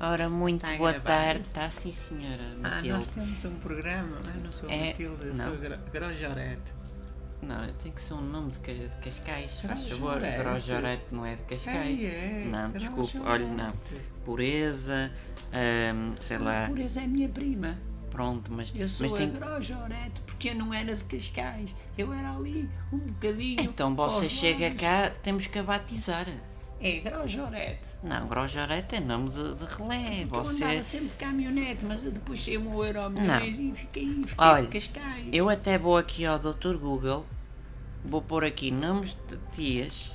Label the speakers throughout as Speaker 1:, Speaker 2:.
Speaker 1: Ora, muito
Speaker 2: Está a
Speaker 1: boa
Speaker 2: gravar?
Speaker 1: tarde. Está sim, senhora
Speaker 2: Ah, nós
Speaker 1: Matilde.
Speaker 2: temos um programa, ah, não sou
Speaker 1: É,
Speaker 2: Matilde, eu
Speaker 1: não.
Speaker 2: sou Gro- Grojorete.
Speaker 1: Não, tem que ser um nome de, Ca- de Cascais, faz
Speaker 2: Grojorete.
Speaker 1: favor. Grojorete não é de Cascais.
Speaker 2: Ai, é,
Speaker 1: Não, desculpe, olha, não.
Speaker 2: Grojorete.
Speaker 1: Pureza, ahm, sei lá,
Speaker 2: Pureza é minha prima.
Speaker 1: pronto, mas,
Speaker 2: Eu sou
Speaker 1: mas
Speaker 2: a
Speaker 1: tem
Speaker 2: Grojorete porque eu não era de Cascais. Eu era ali um bocadinho.
Speaker 1: Então você
Speaker 2: aos
Speaker 1: chega
Speaker 2: lados.
Speaker 1: cá, temos que a batizar.
Speaker 2: É Grojorete.
Speaker 1: Não, Grojorete é nome de, de relé.
Speaker 2: Eu
Speaker 1: Você.
Speaker 2: Então, andava sempre de caminhonete, mas eu depois cheguei um euro ao
Speaker 1: Não.
Speaker 2: mês e fiquei, fiquei
Speaker 1: Olha,
Speaker 2: de Cascais.
Speaker 1: Eu até vou aqui ao Dr. Google, vou pôr aqui nomes de tias.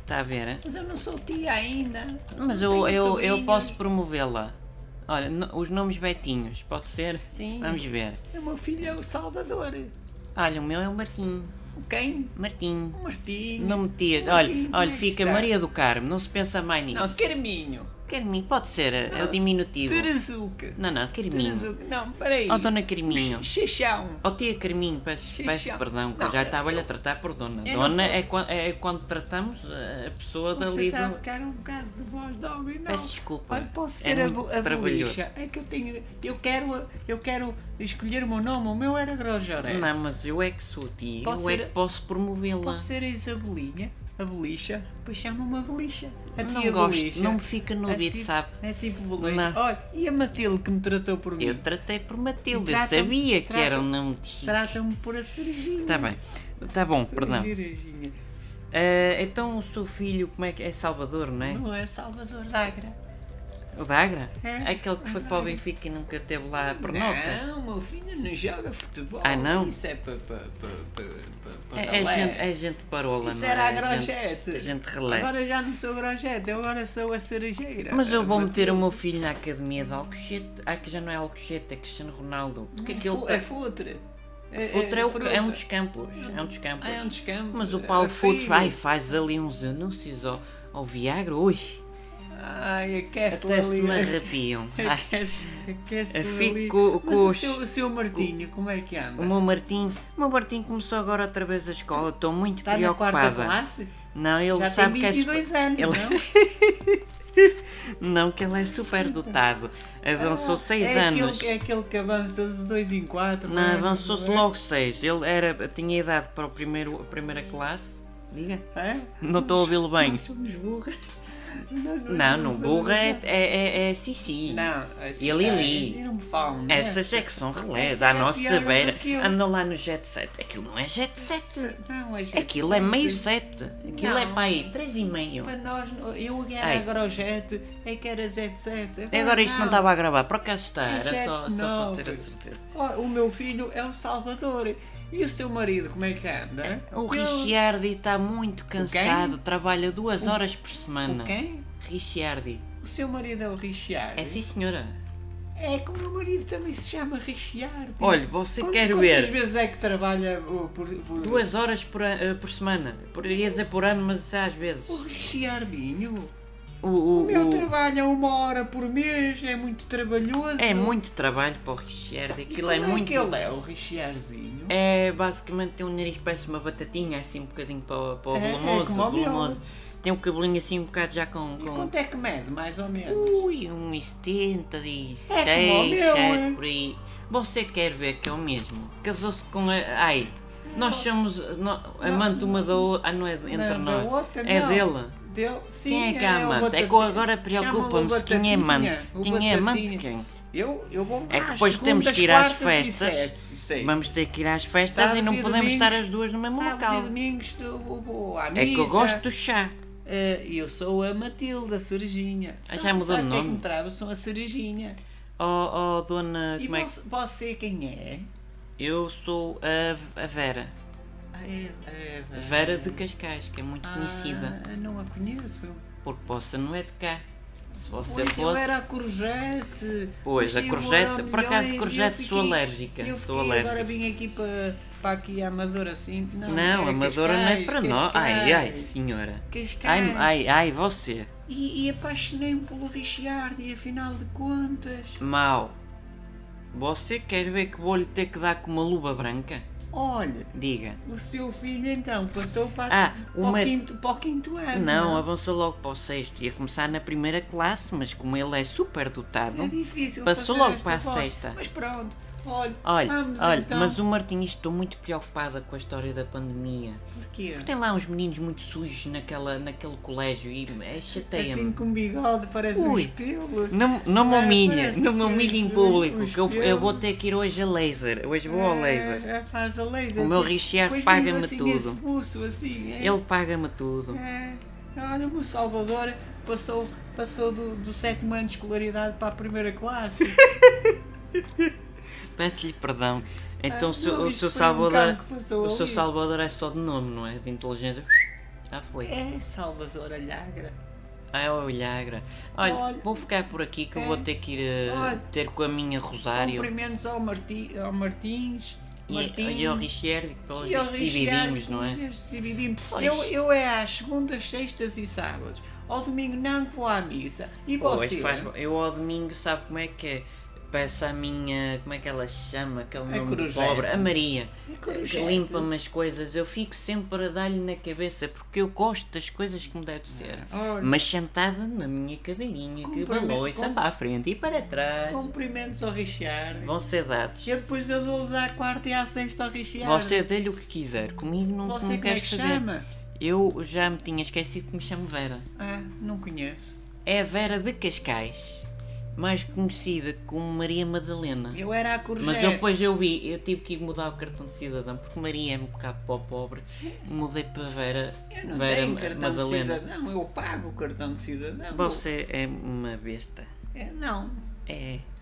Speaker 1: Está a ver?
Speaker 2: Mas eu não sou tia ainda.
Speaker 1: Mas
Speaker 2: não
Speaker 1: eu,
Speaker 2: tenho
Speaker 1: eu, eu
Speaker 2: sobrinhos.
Speaker 1: posso promovê-la. Olha, no- os nomes Betinhos, pode ser?
Speaker 2: Sim.
Speaker 1: Vamos ver.
Speaker 2: O meu filho é o Salvador.
Speaker 1: Olha, o meu é o Martim.
Speaker 2: Quem?
Speaker 1: Martim.
Speaker 2: O Um Martinho.
Speaker 1: Não metias.
Speaker 2: Martim,
Speaker 1: Olha,
Speaker 2: como
Speaker 1: olha,
Speaker 2: é que
Speaker 1: fica
Speaker 2: está?
Speaker 1: Maria do Carmo, não se pensa mais nisso.
Speaker 2: Não, Carminho.
Speaker 1: Carminho, pode ser, é o
Speaker 2: Não,
Speaker 1: diminutivo.
Speaker 2: Terezuca.
Speaker 1: Não, não, Carminho.
Speaker 2: Terezuca. Não, peraí.
Speaker 1: Oh, dona Carminho.
Speaker 2: Xixão.
Speaker 1: Oh, tia Carminho, peço,
Speaker 2: Xixão.
Speaker 1: peço perdão, que eu
Speaker 2: Não,
Speaker 1: já
Speaker 2: eu-
Speaker 1: estava-lhe a tratar por dona.
Speaker 2: eu não
Speaker 1: Dona
Speaker 2: posso.
Speaker 1: é, quando, é quando tratamos eh, a pessoa
Speaker 2: Você
Speaker 1: dali
Speaker 2: está a
Speaker 1: do...
Speaker 2: ficar um bocado de voz de homem, não?
Speaker 1: Peço desculpa.
Speaker 2: Olha, posso
Speaker 1: É
Speaker 2: ser a,
Speaker 1: muito
Speaker 2: bu- a
Speaker 1: trabalhoso.
Speaker 2: bolicha. É que eu tenho... Eu quero, eu quero escolher o meu nome. O meu era Grojoré.
Speaker 1: Não, mas eu é que sou tia,
Speaker 2: Pode
Speaker 1: eu é
Speaker 2: ser-
Speaker 1: que posso promovê-la.
Speaker 2: Pode ser a Isabelinha. A bolicha. Pois chama-me a bolicha. A
Speaker 1: Não
Speaker 2: tia
Speaker 1: gosto,
Speaker 2: bolicha.
Speaker 1: não me fica no
Speaker 2: É
Speaker 1: ouvido,
Speaker 2: tipo-
Speaker 1: sabe?
Speaker 2: É tipo bolicha.
Speaker 1: Não.
Speaker 2: Olha, e a Matilde que me tratou por mim?
Speaker 1: Eu tratei por Matilde, eu
Speaker 2: Trata-me-
Speaker 1: sabia que era um
Speaker 2: trata-me-
Speaker 1: nome de chique.
Speaker 2: Trata-me por a Serginha.
Speaker 1: Tá bem, tá bom, perdão.
Speaker 2: Serginha.
Speaker 1: Ah, então o seu filho, como é que é? Salvador, não é?
Speaker 2: Não é Salvador Dagra.
Speaker 1: O da Agra?
Speaker 2: É.
Speaker 1: Aquele que foi para o Benfica e nunca teve lá a pernota.
Speaker 2: Não, meu filho não joga futebol.
Speaker 1: Ah, não?
Speaker 2: Isso é para. Pa, pa, pa, pa,
Speaker 1: É, é gente, é gente parola,
Speaker 2: Isso
Speaker 1: não é?
Speaker 2: era a
Speaker 1: É gente-
Speaker 2: Grojete.
Speaker 1: é gente relé.
Speaker 2: Agora é já não sou Grojete, eu agora sou a cerejeira.
Speaker 1: Mas eu vou meter um o meu filho na academia de Alcochete. Ah, que já não é Alcochete, é Cristiano Ronaldo. Porque
Speaker 2: É
Speaker 1: aquele.
Speaker 2: fu- É futre.
Speaker 1: Outro é, o- é um
Speaker 2: fruta.
Speaker 1: dos campos. É um dos campos.
Speaker 2: Ah, é um dos campos.
Speaker 1: Mas o Paulo
Speaker 2: É
Speaker 1: Futre
Speaker 2: filho.
Speaker 1: ai, faz ali uns anúncios ao, ao Viagra. Ui,
Speaker 2: Ai, aquece
Speaker 1: até se me
Speaker 2: É ali. É
Speaker 1: arrepiam. Ai,
Speaker 2: Aquece, aquece
Speaker 1: Eu
Speaker 2: ali.
Speaker 1: fico
Speaker 2: Mas
Speaker 1: com
Speaker 2: o
Speaker 1: os-
Speaker 2: seu, o seu Martinho, como é que
Speaker 1: o
Speaker 2: anda?
Speaker 1: meu Martim, o meu Martim começou agora outra vez a escola. Estou muito
Speaker 2: Está Tá na quarta
Speaker 1: preocupada.
Speaker 2: classe?
Speaker 1: Não, ele
Speaker 2: Já tem
Speaker 1: sabe que é
Speaker 2: 22
Speaker 1: super...
Speaker 2: anos,
Speaker 1: ele-
Speaker 2: não?
Speaker 1: Não, que ele é super dotado. Avançou 6
Speaker 2: é
Speaker 1: anos.
Speaker 2: Aquele, é aquele que avança de 2 em é? 4.
Speaker 1: Não, avançou-se logo 6. Ele era, tinha idade para o primeiro, a primeira classe. Diga. Não estou a ouvi-lo bem.
Speaker 2: é? Nós somos burras. Nós
Speaker 1: Não, não,
Speaker 2: somos
Speaker 1: burra é,
Speaker 2: burras.
Speaker 1: é, é, é Sissi.
Speaker 2: Não, assim,
Speaker 1: E a Lili?
Speaker 2: ah, Não me falam.
Speaker 1: Essas é que são relés,
Speaker 2: Essa
Speaker 1: à
Speaker 2: é
Speaker 1: nossa
Speaker 2: pior do
Speaker 1: beira.
Speaker 2: que eu.
Speaker 1: Andam lá no jet set. Aquilo não é jet set.
Speaker 2: Essa- Não, é gente
Speaker 1: Aquilo é meio
Speaker 2: sempre.
Speaker 1: set. Aquilo é
Speaker 2: Não.
Speaker 1: para aí, três e meio.
Speaker 2: Para nós, eu
Speaker 1: Ei.
Speaker 2: era grojete, é que era Z7.
Speaker 1: Agora isto não estava a gravar, por acaso está,
Speaker 2: É
Speaker 1: era
Speaker 2: jet
Speaker 1: só, só para
Speaker 2: nove.
Speaker 1: ter a certeza.
Speaker 2: Oh, o meu filho é o Salvador. E o seu marido, como é que anda?
Speaker 1: O
Speaker 2: Ele-
Speaker 1: Ricciardi está muito cansado, trabalha duas horas por semana.
Speaker 2: Quem?
Speaker 1: Ricciardi.
Speaker 2: O seu marido é o Richard.
Speaker 1: É sim senhora.
Speaker 2: É que o meu marido também se chama Richard.
Speaker 1: Olha, você
Speaker 2: Quant-
Speaker 1: quer
Speaker 2: quantas
Speaker 1: ver?
Speaker 2: vezes é que trabalha o- por, por-
Speaker 1: Duas horas por, an- eh, por semana. Por, ia dizer por ano, mas isso é às vezes.
Speaker 2: O Richardinho?
Speaker 1: O, o-
Speaker 2: O meu
Speaker 1: o-
Speaker 2: trabalho é uma hora por mês, é muito trabalhoso.
Speaker 1: É muito trabalho para o Richard.
Speaker 2: E
Speaker 1: Aquilo é
Speaker 2: como
Speaker 1: muito.
Speaker 2: que ele é, o Richardzinho?
Speaker 1: É basicamente tem um nariz que parece uma batatinha, assim um bocadinho para, o- para o
Speaker 2: É, é
Speaker 1: volumoso,
Speaker 2: como o meu.
Speaker 1: volumoso. Tem um cabelinho assim um bocado já com.
Speaker 2: E
Speaker 1: com...
Speaker 2: quanto é que mede, mais ou menos?
Speaker 1: Ui, um uns 76,
Speaker 2: É como o meu,
Speaker 1: 7
Speaker 2: é.
Speaker 1: por aí. Você quer ver que é o mesmo? Casou-se com a. Ai,
Speaker 2: É,
Speaker 1: nós somos no- amante uma da outra. Ah, não é de- entre
Speaker 2: Não, da
Speaker 1: nós.
Speaker 2: outra
Speaker 1: é
Speaker 2: não.
Speaker 1: dele.
Speaker 2: Dele? Sim,
Speaker 1: Quem é que
Speaker 2: o
Speaker 1: é amante? É que eu
Speaker 2: Batatinha.
Speaker 1: agora
Speaker 2: Chamam-o
Speaker 1: preocupa-me se quem é
Speaker 2: Batatinha,
Speaker 1: amante.
Speaker 2: o
Speaker 1: Quem é amante de
Speaker 2: Batatinha.
Speaker 1: quem?
Speaker 2: Eu, eu vou
Speaker 1: É que
Speaker 2: às
Speaker 1: depois temos
Speaker 2: segundas,
Speaker 1: que ir às
Speaker 2: quartas e
Speaker 1: festas.
Speaker 2: sete- e seis.
Speaker 1: Vamos ter que ir às festas e
Speaker 2: Sábados
Speaker 1: não
Speaker 2: e
Speaker 1: podemos
Speaker 2: domingos.
Speaker 1: estar as duas no mesmo
Speaker 2: Sábados
Speaker 1: local.
Speaker 2: e domingos tu- eu vou à
Speaker 1: É que eu
Speaker 2: missa.
Speaker 1: gosto do chá.
Speaker 2: Eh, eu sou a Matilda Cerejinha.
Speaker 1: Ah, já
Speaker 2: Sabe-
Speaker 1: mudou
Speaker 2: sabe
Speaker 1: de
Speaker 2: quem é
Speaker 1: nome?
Speaker 2: que me trava? Sou a Cerejinha.
Speaker 1: Oh, oh dona,
Speaker 2: E
Speaker 1: como é que...
Speaker 2: você, você quem é?
Speaker 1: Eu sou a, a Vera.
Speaker 2: Ah, é, é,
Speaker 1: A Vera de Cascais, que é muito conhecida.
Speaker 2: Ah, não a conheço.
Speaker 1: Porque possa não é de cá. Se você
Speaker 2: Pois eu
Speaker 1: fosse...
Speaker 2: era a Corjete.
Speaker 1: Pois, a
Speaker 2: Mas eu
Speaker 1: Corjete-
Speaker 2: era
Speaker 1: por acaso,
Speaker 2: milhões,
Speaker 1: Corjete,
Speaker 2: eu fiquei-
Speaker 1: sou alérgica,
Speaker 2: eu
Speaker 1: sou
Speaker 2: fiquei-
Speaker 1: alérgica.
Speaker 2: Agora vim aqui para, para aqui a Amadora assim. Não,
Speaker 1: Não,
Speaker 2: era
Speaker 1: a Amadora não é
Speaker 2: Cascais,
Speaker 1: para nós. Ai, ai,
Speaker 2: Cascais.
Speaker 1: senhora.
Speaker 2: Cascais.
Speaker 1: Ai, ai, ai, você.
Speaker 2: E, e apaixonei-me pelo Richard e afinal de contas.
Speaker 1: Mau. Você quer ver que vou lhe ter que dar com uma luva branca?
Speaker 2: Olha,
Speaker 1: Diga.
Speaker 2: o seu filho então passou para,
Speaker 1: Ah,
Speaker 2: para
Speaker 1: uma-
Speaker 2: o quinto, para o quinto ano. é?
Speaker 1: Não, avançou logo para o sexto. Ia começar na primeira classe, mas como ele é super dotado.
Speaker 2: É difícil.
Speaker 1: Passou
Speaker 2: fazer
Speaker 1: logo
Speaker 2: esta
Speaker 1: para a
Speaker 2: voz,
Speaker 1: sexta.
Speaker 2: Mas pronto, olha,
Speaker 1: Olha,
Speaker 2: vamos
Speaker 1: olha,
Speaker 2: então.
Speaker 1: mas o Martim, estou muito preocupada com a história da pandemia.
Speaker 2: Porquê?
Speaker 1: Tem lá uns meninos muito sujos naquela, naquele colégio e é chateia-me.
Speaker 2: Assim com bigode, parece um
Speaker 1: Ui.
Speaker 2: uns pelos.
Speaker 1: Não, não me
Speaker 2: Não,
Speaker 1: humilha,
Speaker 2: parece
Speaker 1: não me
Speaker 2: assim,
Speaker 1: humilha em
Speaker 2: os-
Speaker 1: público,
Speaker 2: os
Speaker 1: que eu, eu vou
Speaker 2: filmes.
Speaker 1: ter que ir hoje a laser. Hoje vou ao laser.
Speaker 2: É, faz a laser.
Speaker 1: O meu
Speaker 2: Depois-
Speaker 1: Richard
Speaker 2: depois
Speaker 1: paga-me
Speaker 2: mesmo assim,
Speaker 1: tudo.
Speaker 2: Esse pulso, assim, é.
Speaker 1: Ele paga-me tudo.
Speaker 2: É. Olha, o meu Salvador passou, passou do, do sétimo ano de escolaridade para a primeira classe.
Speaker 1: Peço-lhe perdão. Então
Speaker 2: Ah,
Speaker 1: o seu-
Speaker 2: não,
Speaker 1: o
Speaker 2: isso
Speaker 1: seu
Speaker 2: foi um
Speaker 1: Salvador.
Speaker 2: cão que passou
Speaker 1: o seu
Speaker 2: ali.
Speaker 1: Salvador é só de nome, não é? De inteligência. Já foi.
Speaker 2: É Salvador Alhagra.
Speaker 1: Ah, é o Olhagra. Olha,
Speaker 2: Olha.
Speaker 1: vou ficar por aqui que eu
Speaker 2: É.
Speaker 1: vou ter que ir eh,
Speaker 2: Olha.
Speaker 1: ter com a minha Rosário
Speaker 2: Um Cumprimentos ao, Marti, ao Martins.
Speaker 1: e, e ao Richard, que pelos
Speaker 2: E ao
Speaker 1: vistos
Speaker 2: Richard,
Speaker 1: dividimos, não é?
Speaker 2: nós dividimos.
Speaker 1: Pois.
Speaker 2: Eu, eu é às segundas, sextas e sábados. Ao domingo não que vou à missa. E
Speaker 1: Pois,
Speaker 2: você?
Speaker 1: faz- eu ao domingo, sabe como é que é? Peço à minha. Como é que ela se chama? Aquele nome de
Speaker 2: Corujete.
Speaker 1: pobre. A Maria.
Speaker 2: A Corujete.
Speaker 1: que eh, Limpa-me as coisas. Eu fico sempre a dar-lhe na cabeça porque eu gosto das coisas como
Speaker 2: É.
Speaker 1: deve ser.
Speaker 2: Olha.
Speaker 1: Mas sentada na minha cadeirinha que
Speaker 2: Cumprimento-
Speaker 1: balouça
Speaker 2: cum-
Speaker 1: para a frente e para trás.
Speaker 2: Cumprimentos ao Richard.
Speaker 1: Vão ser dados.
Speaker 2: Eu depois eu dou-lhes à quarta e à sexta ao Richard.
Speaker 1: Você dê-lhe o que quiser. Comigo não,
Speaker 2: Você
Speaker 1: não
Speaker 2: como é
Speaker 1: quer
Speaker 2: que
Speaker 1: saber.
Speaker 2: chama?
Speaker 1: Eu já me tinha esquecido que me chamo Vera.
Speaker 2: Ah, não conheço.
Speaker 1: É a Vera de Cascais, mais conhecida como Maria Madalena.
Speaker 2: Eu era a Corujete.
Speaker 1: Mas eu depois eu vi, eu tive que ir mudar o cartão de cidadão, porque Maria é um bocado para o pobre. Mudei para Vera,
Speaker 2: É. Eu não
Speaker 1: Vera
Speaker 2: tenho
Speaker 1: Ma-
Speaker 2: cartão
Speaker 1: Madalena.
Speaker 2: de cidadão. Eu pago o cartão de cidadão.
Speaker 1: Você é uma besta.
Speaker 2: É, não.
Speaker 1: É.